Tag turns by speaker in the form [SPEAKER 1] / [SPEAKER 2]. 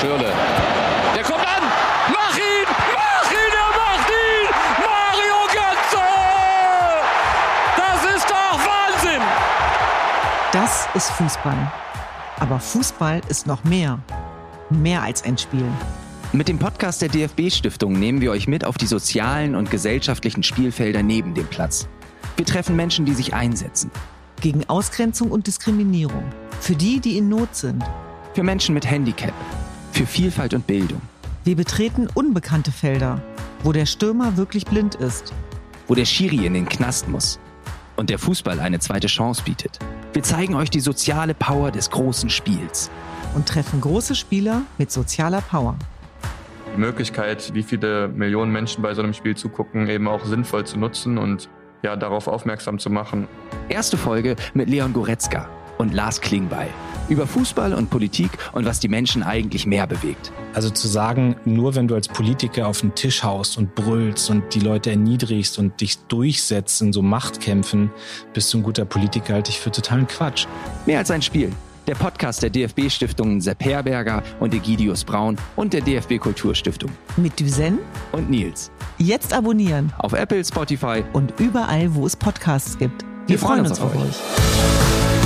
[SPEAKER 1] Schürle. Der kommt an! Mach ihn! Mach ihn! Er macht ihn! Mario Götze! Das ist doch Wahnsinn!
[SPEAKER 2] Das ist Fußball. Aber Fußball ist noch mehr. Mehr als ein Spiel.
[SPEAKER 3] Mit dem Podcast der DFB-Stiftung nehmen wir euch mit auf die sozialen und gesellschaftlichen Spielfelder neben dem Platz. Wir treffen Menschen, die sich einsetzen.
[SPEAKER 2] Gegen Ausgrenzung und Diskriminierung. Für die, die in Not sind.
[SPEAKER 3] Für Menschen mit Handicap. Für Vielfalt und Bildung.
[SPEAKER 2] Wir betreten unbekannte Felder, wo der Stürmer wirklich blind ist.
[SPEAKER 3] Wo der Schiri in den Knast muss. Und der Fußball eine zweite Chance bietet. Wir zeigen euch die soziale Power des großen Spiels.
[SPEAKER 2] Und treffen große Spieler mit sozialer Power.
[SPEAKER 4] die Möglichkeit, wie viele Millionen Menschen bei so einem Spiel zugucken, eben auch sinnvoll zu nutzen und ja, darauf aufmerksam zu machen.
[SPEAKER 3] Erste Folge mit Leon Goretzka und Lars Klingbeil. Über Fußball und Politik und was die Menschen eigentlich mehr bewegt.
[SPEAKER 5] Also zu sagen, nur wenn du als Politiker auf den Tisch haust und brüllst und die Leute erniedrigst und dich durchsetzt in so Machtkämpfen, bist du ein guter Politiker, halte ich für totalen Quatsch.
[SPEAKER 3] Mehr als ein Spiel. Der Podcast der DFB-Stiftungen Sepp Herberger und Egidius Braun und der DFB-Kulturstiftung.
[SPEAKER 2] Mit Düsen?
[SPEAKER 3] Und Nils.
[SPEAKER 2] Jetzt abonnieren
[SPEAKER 3] Auf Apple, Spotify.
[SPEAKER 2] und überall, wo es Podcasts gibt. Wir, freuen uns auf euch.